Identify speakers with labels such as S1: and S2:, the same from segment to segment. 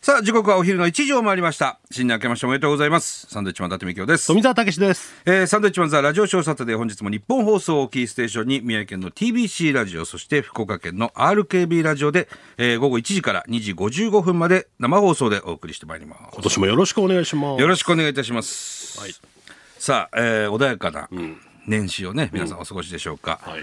S1: さあ時刻はお昼の1時を回りました新年明けましておめでとうございますサンドイッチマン伊達美京です、
S2: 富澤たけしです。
S1: えー、サンドイッチマンザラジオショーサタデー本日も日本放送をキーステーションに宮城県の TBC ラジオそして福岡県の RKB ラジオで、えー午後1時から2時55分まで生放送でお送りしてまいります
S2: 今年もよろしくお願いします。
S1: よろしくお願いいたします、
S2: はい
S1: さあ、えー穏やかな年始をね皆さんお過ごしでしょうか、
S2: はい。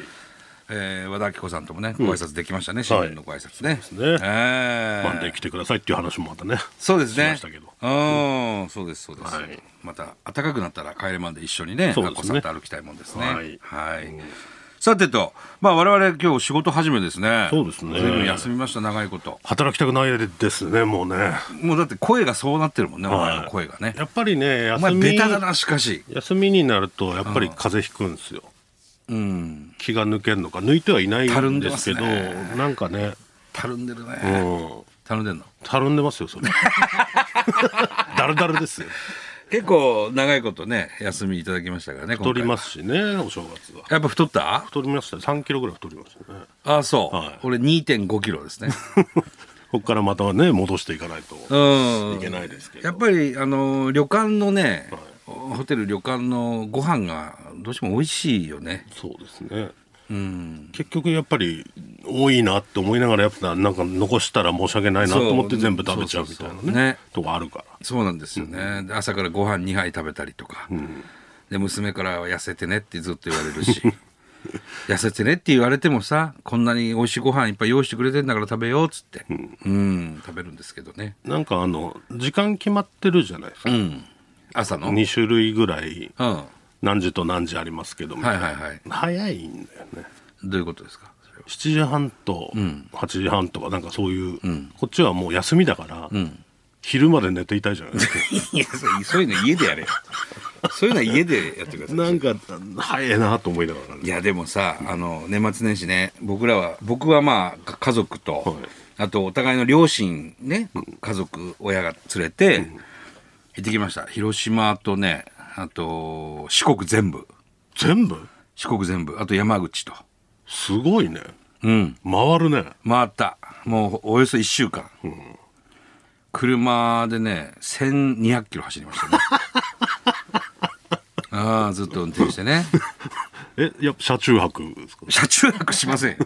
S1: えー和田アキ子さんともねご挨拶できましたね、新年のご挨拶ね、
S2: うですね
S1: えー
S2: マンデー来てくださいっていう話もまたね。
S1: そうです
S2: し
S1: ね
S2: ましたけど。
S1: うん、そうですそうです、
S2: はい
S1: また暖かくなったら帰れまで一緒にね
S2: そう
S1: 学
S2: ですね
S1: 校さんと歩きたいもんですね
S2: はい
S1: はいさてと、まあ、我々今日仕事始めですね
S2: そうですね
S1: 随分休みました長いこと
S2: 働きたくないですね、もうね。
S1: もうだって声がそうなってるもんね、
S2: い
S1: お前の声がね
S2: やっぱりね、
S1: お
S2: 休
S1: 前
S2: み。
S1: ベタだなしかし
S2: 休みになると、やっぱり風邪ひくんですよ。
S1: うん
S2: 気が抜けるのか、抜いてはいない
S1: たるん
S2: ん
S1: で
S2: で
S1: ますす
S2: け
S1: ね
S2: ど、なんかね、
S1: たるんでるね、
S2: うん。
S1: たるんでんの
S2: たるんでますよ、それ。だるだるですよ。
S1: 結構長いことね休みいただきましたからね
S2: 太りますすしね、お正月は。
S1: やっぱ太った
S2: 太りましたね。3キロぐらい太りましたね。
S1: ああそう、
S2: はい
S1: 俺2 5キロですね
S2: ここからまたね、戻していかないと
S1: うん
S2: いけないですけど。
S1: やっぱりあの旅館のね、ホテル旅館のご飯がどうしても美味しいよね。
S2: そうですね。
S1: うん。
S2: 結局やっぱり多いなって思いながらやっぱなんか残したら申し訳ないなと思って全部食べちゃうみたいな
S1: そうそうそう
S2: ね
S1: ね
S2: とかあるから
S1: そうなんですよね。で朝からご飯2杯食べたりとか、で娘からは痩せてねってずっと言われるし。 痩せてねって言われてもさこんなに美味しいご飯いっぱい用意してくれてんだから食べようっつってうん、食べるんですけどね
S2: なんかあの時間決まってるじゃないですか、
S1: うん朝のうん
S2: 2種類ぐらい
S1: は
S2: 何時と何時ありますけど
S1: い
S2: み
S1: は
S2: た
S1: い
S2: いな、
S1: はい
S2: 早いんだよね
S1: どういうことですかそれは
S2: 7時半と8時半とかなんかそういう、こっちはもう休みだから、昼まで寝ていたいじゃないですか
S1: いやそれそういうの家でやれよ そういうのは家でやってください
S2: なんか早いなと思いながらね
S1: いやでもさ、あの年末年始ね僕らは僕はまあか家族と、
S2: はい
S1: あとお互いの両親ね、家族親が連れて行ってきました広島とねあと四国全部
S2: 全部
S1: 四国全部あと山口と
S2: すごいね
S1: うん
S2: 回るね
S1: 回ったもうおよそ1週間、車でね1200キロ走りました ねああずっと運転してね
S2: えやっぱ車中泊ですか
S1: 車中泊しま せんよ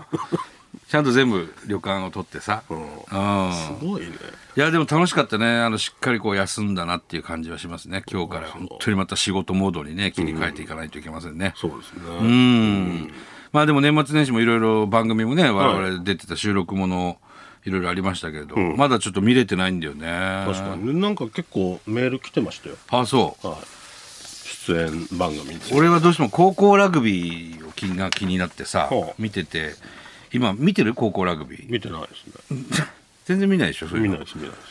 S1: ちゃんと全部旅館を取ってさ、
S2: ん
S1: うん
S2: すごいね
S1: いやでも楽しかったねあのしっかりこう休んだなっていう感じはしますね今日から本当にまた仕事モードにね切り替えていかないといけませんね
S2: そうですね、
S1: うんまあでも年末年始もいろいろ番組もね我々出てた収録ものいろいろありましたけれど、まだちょっと見れてないんだよね
S2: 確かになんか結構メール来てましたよ
S1: あそう
S2: はい出演番組に
S1: 俺はどうしても高校ラグビーを気が気になってさ
S2: ほう
S1: 見てて今見てる高校ラグビー
S2: 見てないですね
S1: 全然見ないでしょそういう
S2: 見
S1: の
S2: ないです見ないです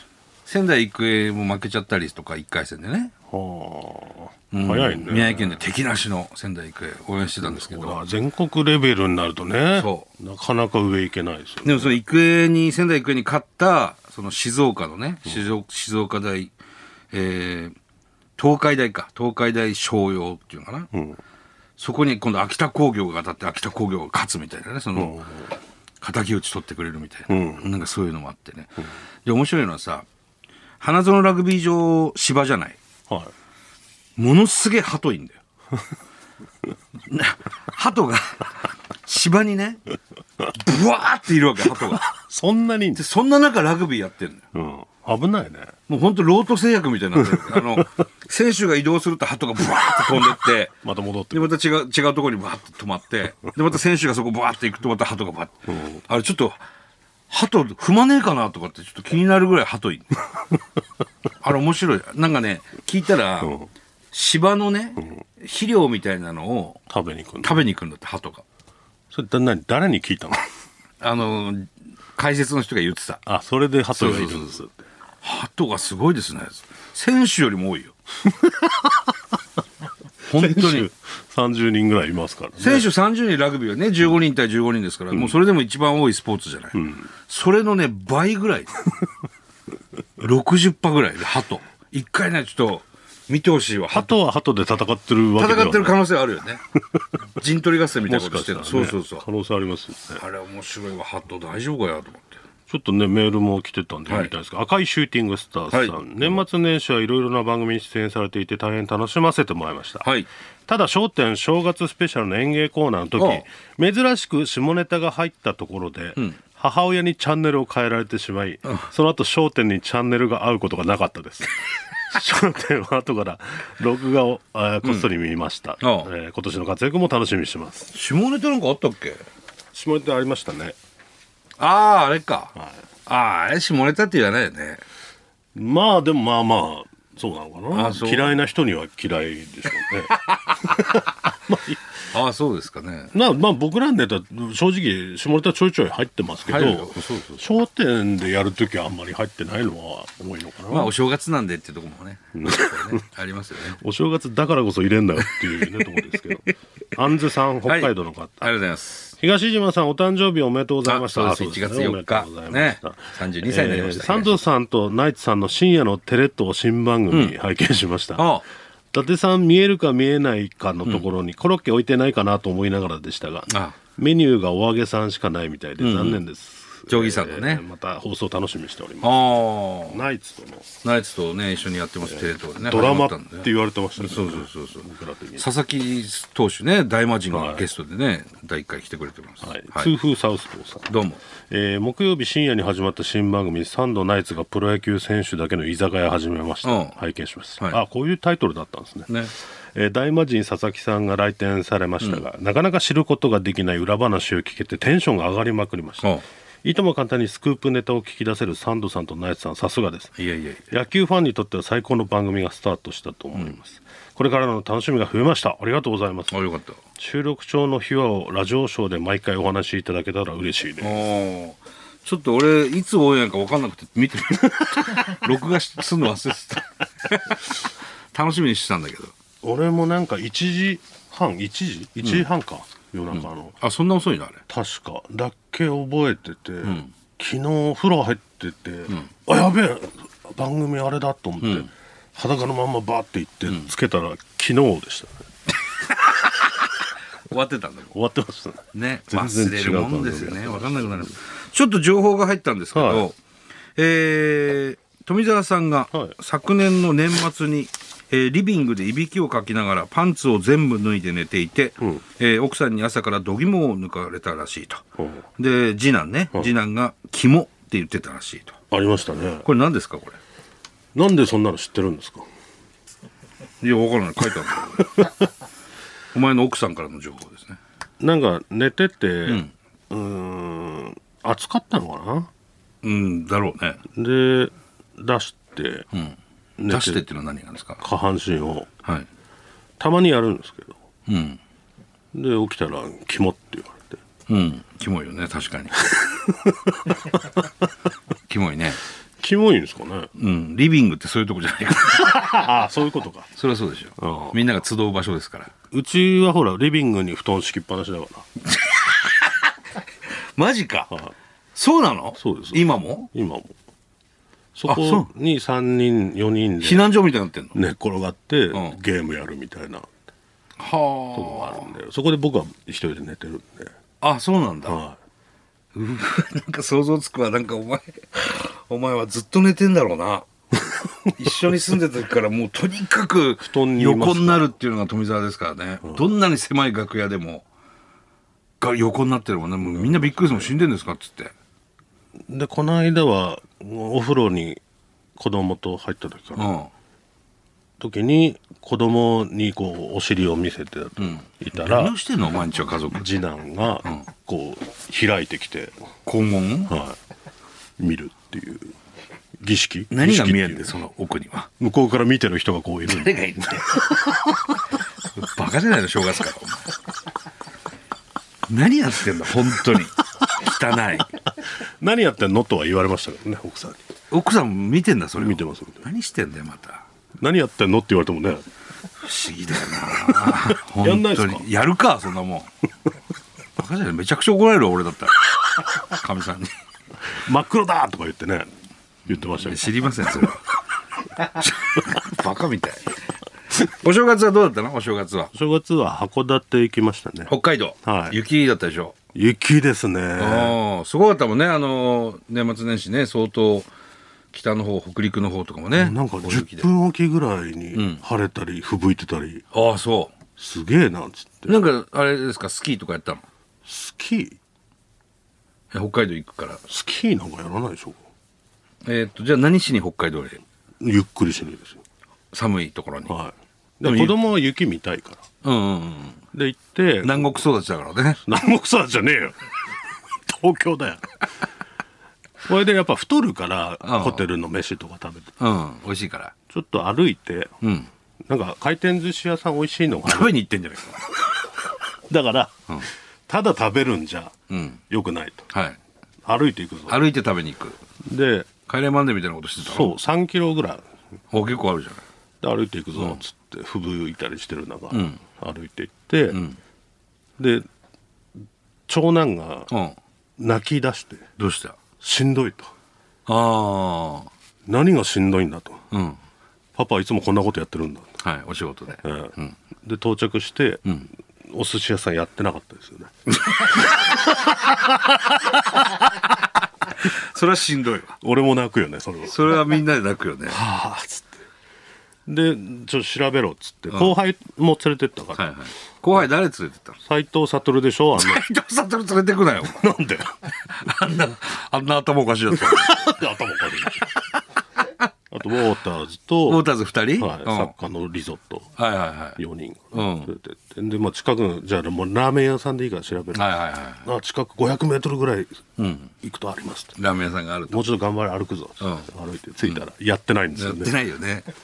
S1: 仙台育英も負けちゃったりとか1回戦でね、
S2: はあ、
S1: うん
S2: 早いね
S1: 宮城県で敵なしの仙台育英応援してたんですけ
S2: ほ
S1: ど
S2: ら全国レベルになるとね
S1: そ
S2: なかなか上行けないですよ
S1: でもその育英に仙台育英に勝ったその静岡のね静岡静岡大、えー東海大か東海大商用っていうのかな、
S2: ん
S1: そこに今度秋田工業が当たって秋田工業が勝つみたいなねその、敵討ち取ってくれるみたいな、なんかそういうのもあってね、で面白いのはさ花園ラグビー場芝じゃない
S2: は
S1: ものすげえ鳩いんだよ。 な鳩が芝にねブワーっているわけ鳩が。
S2: いそんなにいいんで、
S1: ですそんな中ラグビーやってるのよ。
S2: うん、危ないね
S1: もう本当ロート制約みたいになってる。あの選手が移動すると鳩がブワーって飛んでって。
S2: また戻って
S1: で
S2: くる
S1: また違う違うところにバーッと止まってでまた選手がそこバーッと行くとまた鳩がバーッて、あれちょっと鳩踏まねえかなとかってちょっと気になるぐらい鳩いあれ面白いなんかね聞いたら、芝のね、肥料みたいなのを
S2: 食べに行くんだ
S1: 食べに行くんだって鳩が
S2: それだ何誰に聞いたの
S1: あの解説の人が言ってた
S2: あそれで鳩がいるんで
S1: そ
S2: すって
S1: 鳩がすごいですね選手よりも多いよ本当に
S2: 選手30人ぐらいいますからね
S1: 選手30人ラグビーはね15人対15人ですから、もうそれでも一番多いスポーツじゃない、それのね倍ぐらい60羽ぐらいで鳩一回ねちょっと見てほしいわ鳩
S2: 鳩は鳩で戦ってるわけでは
S1: 戦
S2: ない
S1: ってる可能性ある よね陣取り合戦みたいなことしてる
S2: もしか
S1: そう
S2: した
S1: そ
S2: ら
S1: う
S2: ね
S1: そう
S2: 可能性ありますよね
S1: あれ面白いわ鳩大丈夫かよと思って
S2: ちちょっとね、メールも来てたんで、
S1: はい
S2: みたいですが、赤いシューティングスターさん、
S1: はい
S2: 年末年始はいろいろな番組に出演されていて、大変楽しませてもらいました。
S1: はい。
S2: ただ、笑点正月スペシャルの演芸コーナーの時、珍しく下ネタが入ったところで、母親にチャンネルを変えられてしまい、その後、笑点にチャンネルが合うことがなかっ たです。笑点は後から録画をえーこっそり見ました、
S1: うんああ
S2: えー今年の活躍も楽しみにしてます
S1: 下ネタなんかあったっけ
S2: 下ネタありましたね
S1: ああ、あれか。ああ、あれ下ネタって言わないよね。
S2: まあでもまあまあそうなのか
S1: あそう
S2: な嫌いな人には嫌いでしょうね
S1: ああ、そうですかね。
S2: なまあ僕らのネタ正直下ネタちょいちょい入ってますけど
S1: 入るよそうそう
S2: 商店でやる時はあんまり入ってないのは多いのかな、
S1: まあ、お正月なんでっていうところもね。 ありますよね。
S2: お正月だからこそ入れんだよっていうねところですけど あんずさん北海道の
S1: あ
S2: 方、
S1: りがとうございます。
S2: 東島さんお誕生日おめでとうございました
S1: あそうです
S2: あ
S1: 1月4日
S2: おめでとうございました
S1: ね32歳になりました
S2: えーサンドさんとナイツさんの深夜のテレ東新番組拝見しました、
S1: ああ
S2: 伊達さん見えるか見えないかのところにコロッケ置いてないかなと思いながらでしたが、
S1: あ
S2: メニューがお揚げさんしかないみたいで残念です、
S1: 定規さんのね
S2: えーまた放送楽しみにしており
S1: あ
S2: ま
S1: あ
S2: すナイツとの
S1: あ、ナイツとね、一緒にやってます、テレ東でね。
S2: ドラマっ
S1: 始まったん
S2: て
S1: でね
S2: 言われてましたね
S1: そうそうそうそう。
S2: 僕ら的に、
S1: 佐々木投手ね、大魔神が
S2: はい
S1: ゲストでね、第1回来てくれてます。
S2: はい
S1: は
S2: 痛
S1: い。
S2: 風サウスポーさん
S1: どうも。
S2: えー木曜日深夜に始まった新番組「サンドナイツ」がプロ野球選手だけの居酒屋始めました、
S1: うん
S2: 拝見しました、
S1: はい
S2: あこういうタイトルだったんですね
S1: ね。
S2: えー大魔神佐々木さんが来店されましたが、なかなか知ることができない裏話を聞けてテンションが上がりまくりました、
S1: うん
S2: いとも簡単にスクープネタを聞き出せるサンドさんとナイツさんさすがです
S1: いやいやいや。
S2: 野球ファンにとっては最高の番組がスタートしたと思います、これからの楽しみが増えましたありがとうございます
S1: あ、よかった。
S2: 収録中の秘話をラジオショーで毎回お話しいただけたら嬉しいです
S1: おちょっと俺いつ応援か分かんなくて見てみる 録画しすんの忘れてた楽しみにしてたんだけど
S2: 俺もなんか1時半1時1時半か、夜中の、
S1: あそんな遅いのあれ
S2: 確かだっけ覚えてて、昨日お風呂入ってて、あやべえ番組あれだと思って、裸のまんまバーって行ってつけたら、昨日でしたね
S1: 終わってたんだも
S2: 終わってましたね
S1: んね
S2: 全然
S1: 忘れ
S2: 違
S1: る
S2: う番組
S1: もんですよね分かんなくなるちょっと情報が入ったんですけど、
S2: はい
S1: えー富澤さんが
S2: はい
S1: 昨年の年末に、えーリビングでいびきをかきながらパンツを全部脱いで寝ていて、
S2: ん
S1: えー奥さんに朝から度肝を抜かれたらしいと、
S2: うん
S1: で次男ね、次男が「肝」って言ってたらしいと
S2: ありましたね
S1: これ何ですかこれ
S2: なんでそんなの知ってるんですか
S1: いや分からない書いてあるんだ よお前の奥さんからの情報ですね
S2: なんか寝ててうんん暑かったのか
S1: うんだろうね
S2: なで出して、寝
S1: 出してっていうのは何なんですか
S2: 下半身を
S1: はい
S2: たまにやるんですけど
S1: うん
S2: で起きたら「肝」って言われて
S1: うんキモいよね確かに キモいね
S2: キモいんですかね
S1: うんリビングってそういうとこじゃないから
S2: ああそういうことか
S1: それはそうでし
S2: あ
S1: ょ
S2: あ
S1: みんなが集う場所ですから
S2: うちはほらリビングに布団敷きっぱなしだから
S1: マジか
S2: はい
S1: そうなの
S2: そうです
S1: 今も
S2: 今もそ
S1: あそ
S2: こに3人4人
S1: 避
S2: で
S1: 難所みたいになってんの
S2: 寝っ転がって
S1: うん
S2: ゲームやるみたいなの
S1: は
S2: があるんでそこで僕は一人で寝てるんで、
S1: ああそうなんだ
S2: は
S1: うーなんか想像つくわなんかお前 お前はずっと寝てんだろう な一緒に住んでた時からもうとにかく
S2: 団にいますか
S1: 横になるっていうのが富澤ですからね、どんなに狭い楽屋でもが横になってるもんねもうみんなびっくりするもん死んでんですかっつって
S2: い、でこの間はお風呂に子供と入った時か
S1: う
S2: な、
S1: ん
S2: 時に子供にこうお尻を見せていたら、
S1: 何をしてんのお前んちは家族
S2: 次男がこう開いてきて、
S1: 肛門
S2: はい、見るっていう儀式
S1: 何が見えるんで
S2: 儀式ってい
S1: その奥には
S2: う向こうから見てる人がこういるんで
S1: 誰がいるんだよ バカじゃないの正月からお前何やってんだ本当に汚い
S2: 何やってんのとは言われましたけどね奥さんに
S1: 奥さんも見てんだそれを
S2: 見てます見てます
S1: 何してんだよまた
S2: 何やってんのって言われてもね
S1: 不思議だよな本当に
S2: やんないっすか
S1: やるかそんなもんバカじゃないめちゃくちゃ怒られるわ俺だったらかみさんに
S2: 真っ黒だとか言ってね言ってましたけど
S1: 知りませんそ れはバカみたいお正月はどうだったのお正月は
S2: 正月は函館行きましたね
S1: 北海道、
S2: はい
S1: 雪だったでしょ
S2: 雪ですね。
S1: ああすごかったもんねあの年末年始ね相当北の方北陸の方とかもね
S2: なんか
S1: 大雪
S2: 10
S1: で
S2: 分おきぐらいに晴れたり、吹雪いてたり、
S1: ああそ
S2: すげえな、つって
S1: う。なんかあれですかスキーとかやったの
S2: スキー
S1: え北海道行くから
S2: スキーなんかやらないでしょ
S1: えーっとじゃあ何しに北海道へ
S2: ゆっくりしてるんですよ。
S1: 寒いところに、
S2: はい。
S1: でも
S2: で子供は雪見たいから。
S1: うんうんうん
S2: で、行って、
S1: 南国育ちだからね
S2: 南国さんじゃねえよ。東京だよ。これでやっぱ太るから、
S1: うん
S2: ホテルの飯とか食べて。
S1: うん美味しいから
S2: ちょっと歩いて、
S1: うん
S2: なんか回転寿司屋さん美味しいのがある
S1: 食べに行ってんじゃないか
S2: だから、
S1: うん
S2: ただ食べるんじゃ
S1: うん
S2: 良くないと。
S1: はい
S2: 歩いていくぞ。
S1: 歩いて食べに行く
S2: で、
S1: カレーマンデーみたいなことしてた
S2: そう、3キロぐらい。
S1: うお結構あるじゃない
S2: で歩いていくぞっつってふぶいたりしてる中、歩いていって、
S1: ん
S2: で長男が
S1: うん
S2: 泣き出して
S1: どうした
S2: しんどいと
S1: ああ
S2: 何がしんどいんだと
S1: うん
S2: パパいつもこんなことやってるんだと、
S1: はいお仕事で
S2: ええで到着して、お寿司屋さんやってなかったですよね
S1: それはしんどいわ
S2: 俺も泣くよねそれは
S1: そ れはみんなで泣くよね
S2: ああつってでちょっと調べろっつって後輩も連れてったから、
S1: はいはい後輩誰連れて ったの
S2: 斎藤悟でしょあん
S1: 伊藤悟連れて くなよ
S2: ななんで
S1: あんなあんな頭おかしい やつウ
S2: なんで頭おかしいのあとウォーターズと
S1: ォーターズ2人、
S2: は
S1: う
S2: い、
S1: ん
S2: 作家のリゾット
S1: はいはいはい
S2: 4人
S1: う
S2: 連
S1: ん
S2: れてって、で、まあ、近くのじゃあもうラーメン屋さんでいいから調べる、
S1: はいはいは
S2: あ近く5 0 0ルぐらい行くとありますって、
S1: いラーメン屋さんがあると
S2: もうちょっと頑張れ歩くぞ、歩いて着いたらやってないんです
S1: や
S2: よ
S1: っ
S2: ね、
S1: てないよね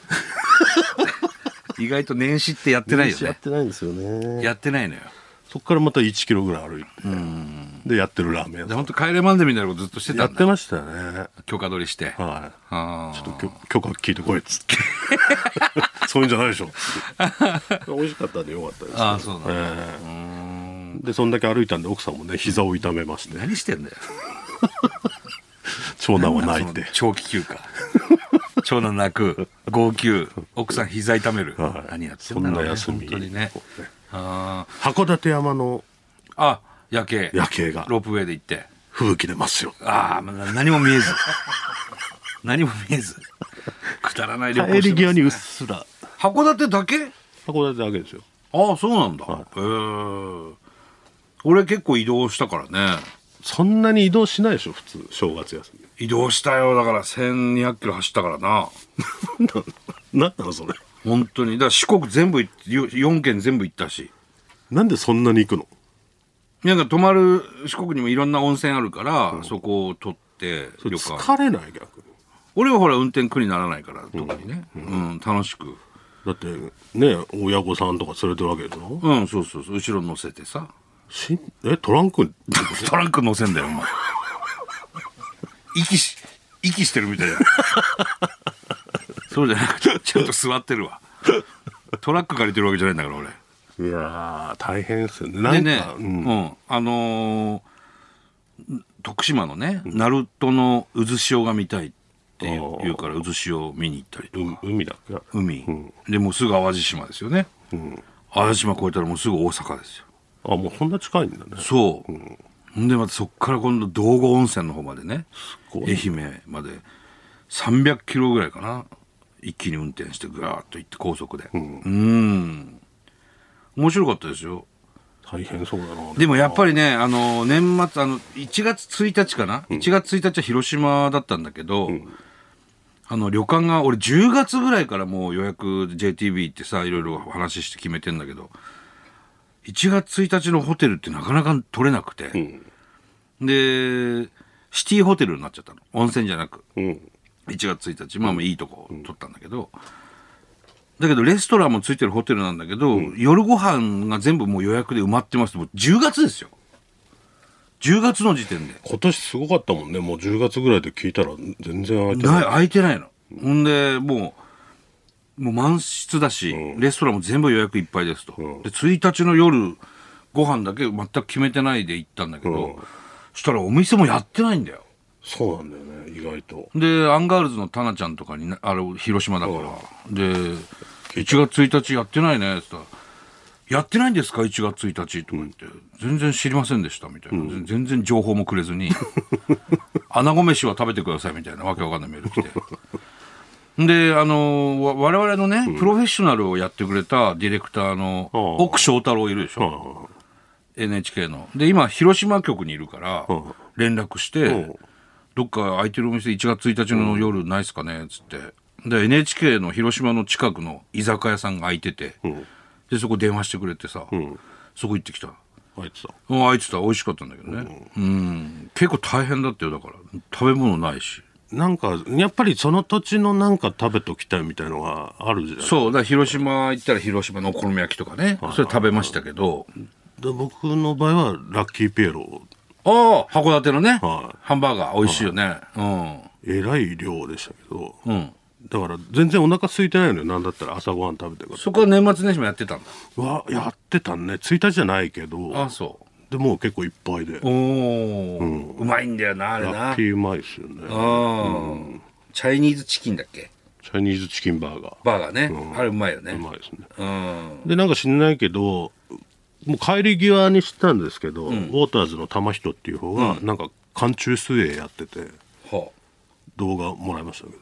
S1: 意外と年始ってやってないよ
S2: やっ
S1: ね
S2: てないんですよね
S1: やってないのよ
S2: そこからまた1キロぐらい歩いて、でやってるラーメン屋
S1: で
S2: さん
S1: 本当帰れマンデーみたいなことずっとしてた
S2: やっ
S1: んだ
S2: てましたよね
S1: 許可取りして
S2: は
S1: あー
S2: いちょっと許許可聞いてこいっつって そういうんじゃないでしょっつって美味しかったんでよかったです
S1: あーそうなんだ
S2: ええでそんだけ歩いたんで奥さんもね膝を痛めまして
S1: 何してんだよ
S2: 長男は泣い
S1: そ
S2: て
S1: の長期 休暇長男泣く号泣奥さん膝痛める、
S2: はい
S1: 何やって
S2: そ
S1: ん
S2: ん
S1: だろ
S2: な
S1: うね
S2: 休み
S1: 本当にねあ
S2: 函館山の
S1: ーあ夜景
S2: 夜景が
S1: ロープウェイで行って
S2: 吹雪で真っ白
S1: ああ何も見 えず何も見えずくだらない旅行
S2: 帰り
S1: してます
S2: 際にうっすら
S1: 函館だけ
S2: 函館だけですよ
S1: ああそうなんだ、
S2: は
S1: へえ俺結構移動したからね
S2: そんなに移動しないでしょ普通正月休
S1: 移動したよだから1 2 0 0キロ走ったからな
S2: み なんなのそれ
S1: 本当にだから四国全部行って4県全部行ったし
S2: なんでそんなに行くの
S1: なんか泊まる四国にもいろんな温泉あるから、そこを取って
S2: そ
S1: 旅
S2: れ
S1: 館
S2: 疲れない逆に
S1: 俺はほら運転苦にならないから特にね、うん楽しく
S2: だってね親御さんとか連れてるわけでしょ
S1: うんそうそうそう後ろ乗せてさ
S2: しんえトランクに
S1: トランク乗せんだよお前息し息してるみたいじゃないそうじゃなくてちゃんと座ってるわトラック借りてるわけじゃないんだから俺
S2: いやー大変ですよねなんか、
S1: でね、う
S2: うんん、
S1: あのー徳島のね鳴門の渦潮が見たいっていう
S2: ああ
S1: 言うから渦潮見に行ったりとか
S2: う海だっけ
S1: 海、でもうすぐ淡路島ですよね、淡路島越えたらもうすぐ大阪ですよ
S2: あもうそんな近いんだね
S1: そう、ほん、でまたそっから今度道後温泉の方までね
S2: ごい
S1: 愛媛まで300キロぐらいかな一気に運転してぐわーっと行って高速でうん面白かったですよ
S2: 大変そうだな
S1: でもやっぱりね、あの、年末、あの、1月1日かな、?1 月1日は広島だったんだけど、あの、旅館が、俺10月ぐらいからもう予約 JTB ってさ、いろいろ話して決めてんだけど、1月1日のホテルってなかなか取れなくて、で、シティホテルになっちゃったの。温泉じゃなく。
S2: うん
S1: 1月1日、まあまあいいとこ取ったんだけど、だけどレストランもついてるホテルなんだけど、夜ご飯が全部もう予約で埋まってますもう10月ですよ10月の時点で
S2: 今年すごかったもんねもう10月ぐらいで聞いたら全然空いてない
S1: ない空いてないの、ほんでもうもう満室だし、レストランも全部予約いっぱいですと、で1日の夜ご飯だけ全く決めてないで行ったんだけど、
S2: うん
S1: そしたらお店もやってないんだよ
S2: そうなんだよね意外と
S1: でアンガールズのタナちゃんとかになあれ広島だからで1月1日やってないねっつったらやってないんですか1月1日とか言って、全然知りませんでしたみたいな、全然情報もくれず に穴子飯は食べてくださいみたいなわけわかんないメール来てであのわ我々のね、プロフェッショナルをやってくれたディレクターの
S2: ああ
S1: 奥翔太郎いるでしょ、
S2: は
S1: NHK ので今広島局にいるから
S2: うん
S1: 連絡して、
S2: ん
S1: どっか空いてるお店1月1日の夜ないっすかねっつってで NHK の広島の近くの居酒屋さんが空いてて、でそこ電話してくれてさ、そこ行ってきた
S2: あいつだ
S1: うん空いてた美味しかったんだけどねうん結構大変だったよだから食べ物ないし
S2: なんかやっぱりその土地のなんか食べときたいみたいのがあるじゃない
S1: そうだから広島行ったら広島のお好み焼きとかねそれ食べましたけど
S2: で僕の場合はラッキーピエロ
S1: ああ函館のね、
S2: は
S1: ハンバーガー美味しいよね、
S2: えらい量でしたけど、
S1: うんうん
S2: だから全然お腹空いてないのよなんだったら朝ごはん食べてから
S1: そこは年末年始もやってたんだ
S2: うわやってたね1日じゃないけど
S1: あそ
S2: でもう結構いっぱいで
S1: うおお、うまいんだよなあれな
S2: ラッキーうまいですよね
S1: うんチャイニーズチキンだっけ
S2: チャイニーズチキンバーガ
S1: バーガーね、あれうまいよね
S2: ーうまいですね
S1: うん
S2: でなんか知んないけどもう帰り際に知ったんですけど、ウォーターズの玉人っていう方がなんか寒中水泳やってて
S1: はあ
S2: 動画もらいましたけ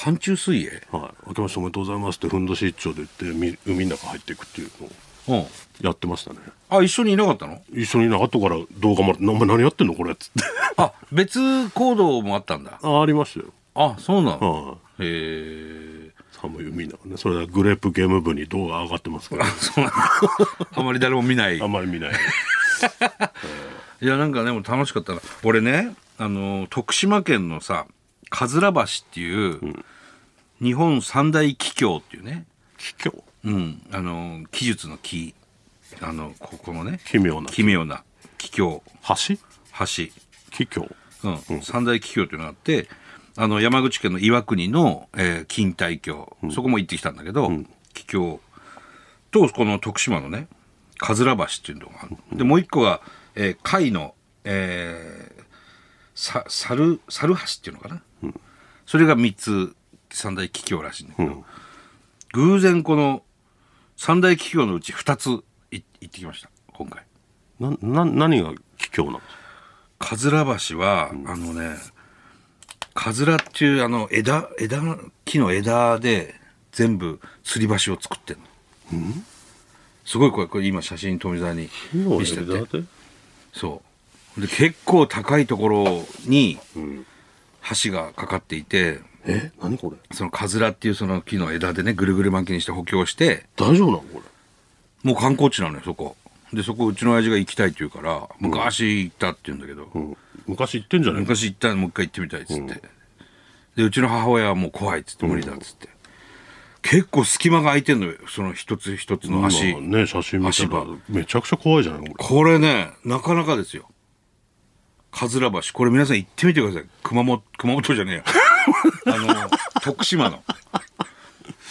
S1: 寒中水泳
S2: ど「はい、明けましておめでとうございます」ってふんどし一丁で言ってみ海の中入っていくっていうのを
S1: うん
S2: やってましたね
S1: あ一緒にいなかったの
S2: 一緒にね後から動画もらって「なお前何やってんのこれ」っつって
S1: あ別行動もあったんだ
S2: あありましたよ、
S1: あそうなの、
S2: は
S1: へえ
S2: い、寒い海の中ねそれはグレープゲーム部に動画上がってますから
S1: そうなんだ あまり誰も見ない
S2: あんまり見ない
S1: いやなんかでも楽しかったな俺ねあの徳島県のさ葛橋っていう、日本三大奇境っていうね
S2: 奇境
S1: うん、あの奇術の奇あのここのね
S2: 奇妙な
S1: 奇妙な奇境
S2: 橋
S1: 橋、
S2: 奇境
S1: うん三大奇境というのがあってあの山口県の岩国の、えー錦帯橋、そこも行ってきたんだけど、奇境とこの徳島のね葛橋っていうのがある、でもう一個が、えー甲斐の、えー、さ猿猿橋っていうのかな、それが3つ三大奇境らしいんだけど、偶然この三大奇境のうち2つい行ってきました今回
S2: なな何が奇境なの
S1: 葛橋は、あのねカズラっていうあの枝枝木の枝で全部吊り橋を作ってんの、すごいこれこれ今写真富澤に
S2: 木の
S1: 見せてて
S2: 枝で
S1: そうで結構高いところに橋がかかっていて
S2: え何これ
S1: そのカズラっていうその木の枝でねぐるぐる巻きにして補強して
S2: 大丈夫なのこ
S1: もう観光地なのよそこでそこうちの親父が行きたいって言うから昔行ったって言うんだけど、
S2: れ、うん、昔言ってんじゃないか
S1: 昔行ったのもう一回行ってみたいっつって、でうちの母親はもう怖いっつって無理だっつって、結構隙間が空いてんのよその一つ一つの足、
S2: 今ね写真見た
S1: 足
S2: ら
S1: 場
S2: めちゃくちゃ怖いじゃないこれ
S1: これねなかなかですよ葛橋これ皆さん行ってみてください熊本熊本じゃねえよあの徳島の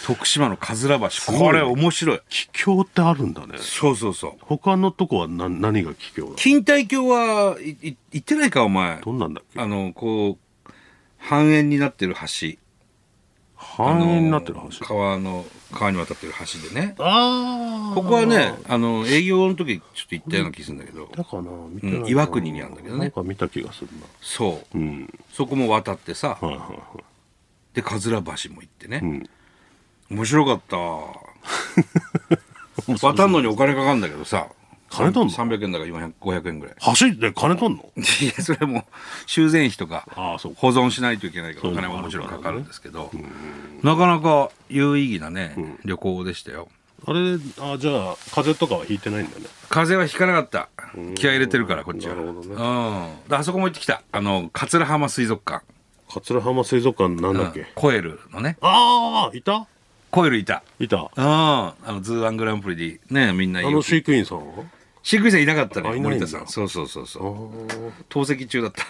S1: 徳島の葛橋これ面白い
S2: 奇境ってあるんだね
S1: そうそうそう
S2: 他のとこはな何が奇境なの
S1: 錦帯橋はいい行ってないかお前
S2: どんなんだっけ
S1: あのこう半円になってる橋
S2: 半円になってる橋
S1: 川の川に渡ってる橋でね
S2: ああ
S1: ここはねあの営業の時ちょっと行ったような気するんだけど
S2: だかな見てないな、
S1: うん岩国にあるんだけどね
S2: なんか見た気がするな
S1: そう
S2: うん
S1: そこも渡ってさ
S2: はいはいはい
S1: で葛橋も行ってね
S2: ん
S1: 面白かった渡んのにお金かかるんだけどさ
S2: 金取んの
S1: 300円だから400 500円ぐらい
S2: 橋で金取んの
S1: いやそれも修繕費とか
S2: ああそう
S1: 保存しないといけないから
S2: そう
S1: お
S2: いう
S1: 金
S2: の
S1: は
S2: があ
S1: も
S2: る
S1: ち
S2: から
S1: ろ
S2: ね
S1: んかかるんですけどなかなか有意義なね旅行でしたよ
S2: あれあじゃあ風邪とかは引いてないんだね
S1: 風邪はひかなかった気合い入れてるからこっちは
S2: なるほど
S1: う
S2: ね
S1: んであそこも行ってきたあの桂浜水族館
S2: 桂浜水族館なんだっけ、
S1: うんコエルのね
S2: ああいた
S1: コエルいた
S2: いた
S1: うんあのズーワングランプリでねみんな
S2: あ
S1: い
S2: の
S1: る
S2: 飼育員さん は
S1: 飼育員さんいなかった
S2: あ
S1: ね
S2: いない
S1: 森
S2: んだ
S1: 田さんそうそうそうそう
S2: あ
S1: 透析中 だった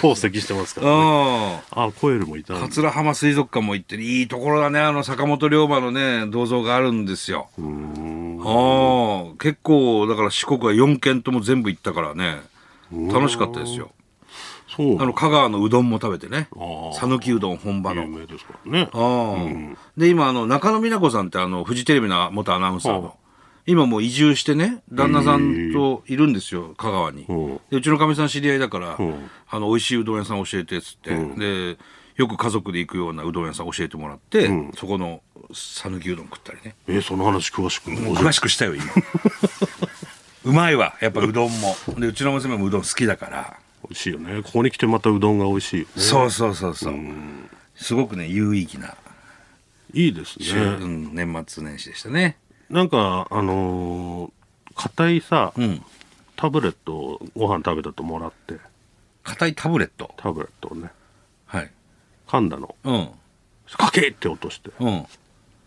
S2: 透析してますから、ね、
S1: うん
S2: あコエルもいたんだ
S1: 桂浜水族館も行っていいところだねあの坂本龍馬のね銅像があるんですよ
S2: うーん
S1: ああ結構だから四国は4県とも全部行ったからね楽しかったですよ
S2: そう
S1: あの香川のうどんも食べてね
S2: ー
S1: 讃岐うどん本場
S2: 有
S1: の
S2: 名ですからね
S1: あーで今あの中野美奈子さんってあのフジテレビの元アナウンサーの今もう移住してね旦那さんといるんですよ香川に
S2: うん
S1: でうちのかみさん知り合いだから
S2: ん
S1: あの美味しいうどん屋さん教えてっつってでよく家族で行くようなうどん屋さん教えてもらってそこの讃岐うどん食ったりね
S2: えーその話詳しく教えて
S1: 詳しくしたよ今うまいわやっぱうどんもでうちの娘もうどん好きだから
S2: 美味しいよねここに来てまたうどんが美味しいよね
S1: そうそうそうそうすごくね有意義な、
S2: いいです
S1: 週
S2: ね
S1: うん、年末年始でしたね
S2: なんかあのー硬いさ、
S1: うん
S2: タブレットをご飯食べたともらって
S1: 硬いタブレット
S2: タブレットをね
S1: はい
S2: 噛んだの
S1: うん
S2: カケって落として
S1: うんう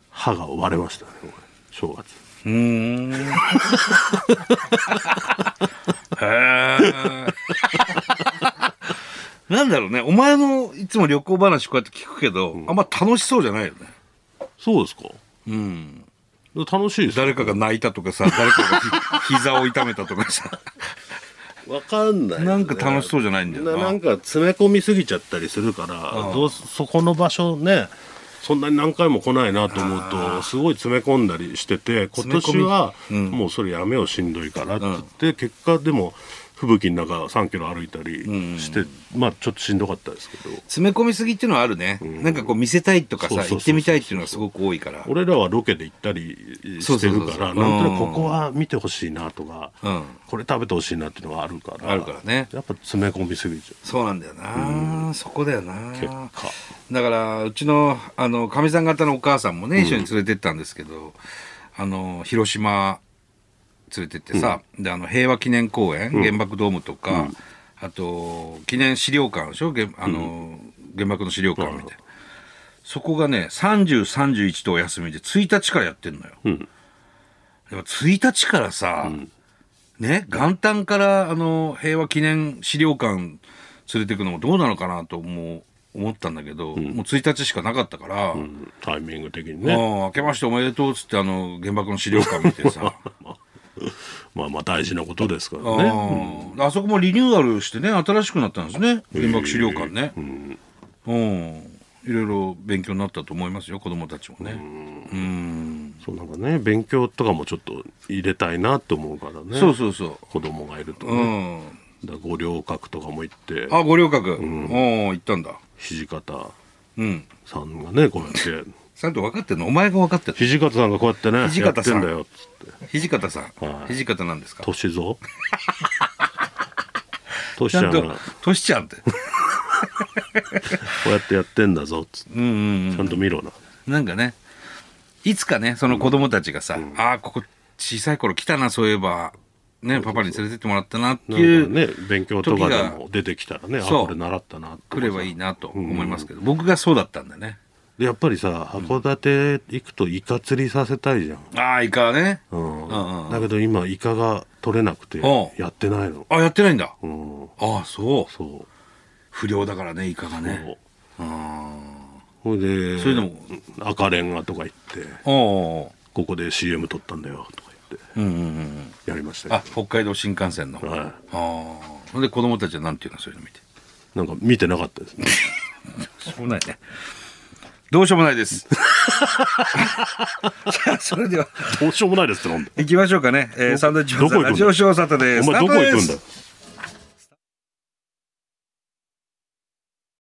S2: 歯が割れましたねこれ正月
S1: ーんへえなんだろうねお前のいつも旅行話こうやって聞くけど、あんま楽しそうじゃないよね
S2: そうですか
S1: うん
S2: 楽しいです
S1: 誰かが泣いたとかさ誰かがひ膝を痛めたとかさ
S2: わかんない、
S1: なんか楽しそうじゃないんだよな
S2: ななんか詰め込みすぎちゃったりするから、どうすそこの場所ねそんなに何回も来ないなと思うとすごい詰め込んだりしてて今年は
S1: うん
S2: もうそれやめようしんどいからって言って、結果でも吹雪の中3キロ歩いたりして、まあちょっとしんどかったですけど
S1: 詰め込みすぎっていうのはあるね、なんかこう見せたいとか
S2: そう
S1: さ
S2: そうそうそう
S1: 行ってみたいっていうのがすごく多いから
S2: 俺らはロケで行ったりしてる
S1: そうそう
S2: か
S1: そうそう
S2: らなんとなくここは見てほしいなとか、
S1: うん
S2: これ食べてほしいなっていうのがあるから
S1: あるからね
S2: やっぱ詰め込みすぎちゃう
S1: そうなんだよなそこだよな
S2: 結果
S1: だからうちのあのかみさん方のお母さんもね一緒に連れてったんですけど、あの広島連れてってさ、であの平和記念公園、原爆ドームとか、あと記念資料館でしょ原あの、原爆の資料館みたいな、そこがね3031とお休みで1日からやってんのよ、
S2: ん
S1: でも1日からさ、ね元旦からあの平和記念資料館連れてくのもどうなのかなともう思ったんだけど、もう1日しかなかったから、
S2: うんタイミング的に
S1: あ
S2: ね
S1: あ明けましておめでとうっつってあの原爆の資料館見 てさ
S2: まあまあ大事なことですから
S1: あ
S2: ね。
S1: ああそこもリニューアルしてね新しくなったんですね原爆資料館ね、うんいろいろ勉強になったと思いますよ子供たちもねうん
S2: そうなんかね勉強とかもちょっと入れたいなって思うからね。
S1: そうそうそ
S2: 子供がいると
S1: うう
S2: ね。
S1: ん
S2: だから五稜郭とかも行って
S1: あ五稜郭うん行ったんだ
S2: 土方
S1: うん
S2: さんがねこうや って
S1: ちゃんと分かってんのお前が分かってんの
S2: 土方さんがこうやってね
S1: 土
S2: やっ
S1: 方さ
S2: て
S1: ん
S2: んだよっつって。
S1: 土方さん
S2: はい
S1: 土方なんですか
S2: 歳三。 歳
S1: ち
S2: ちゃ
S1: ゃん
S2: んが
S1: と
S2: こ
S1: トシちゃんって
S2: うやってやってんだぞっつって
S1: うんうん
S2: ちゃんと見ろな。
S1: うんなんかねいつかねその子供たちがさ、ああここ小さい頃来たなそういえばねパパに連れてってもらったなってい
S2: なん
S1: う
S2: かね勉強とかでも出てきたらねあ
S1: そう
S2: これ習ったなって。
S1: 来ればいいなと思いますけど、僕がそうだったんだね
S2: でやっぱりさ函館行くとイカ釣りさせたいじゃん。
S1: ああイカね
S2: うん
S1: うんうん
S2: だけど今イカが取れなくて
S1: うん
S2: やってないの、
S1: あやってないんだ
S2: うん、
S1: ああそう
S2: そう
S1: 不良だからねイカがね
S2: そう
S1: あ
S2: ほいで
S1: それでも
S2: 赤レンガとか行っ
S1: あ
S2: て
S1: おう
S2: ここで CM 撮ったんだよとか言っ
S1: うんうんうんうん
S2: てやりました
S1: あ
S2: よ
S1: 北海道新幹線の、あ
S2: は
S1: あほんで子供たちはなんていうのそういうの見て
S2: い、なんか見てなかったですね
S1: しょうもないねどうしようもないです じゃあそれでは
S2: どうしようもないですってなんで
S1: 行きましょうかね、えー、サンドウィッチマンさん
S2: どこ行くんだ
S1: ラジオショーサタデー
S2: お
S1: スター
S2: 前ど
S1: ト
S2: こ
S1: です
S2: 行くんだよ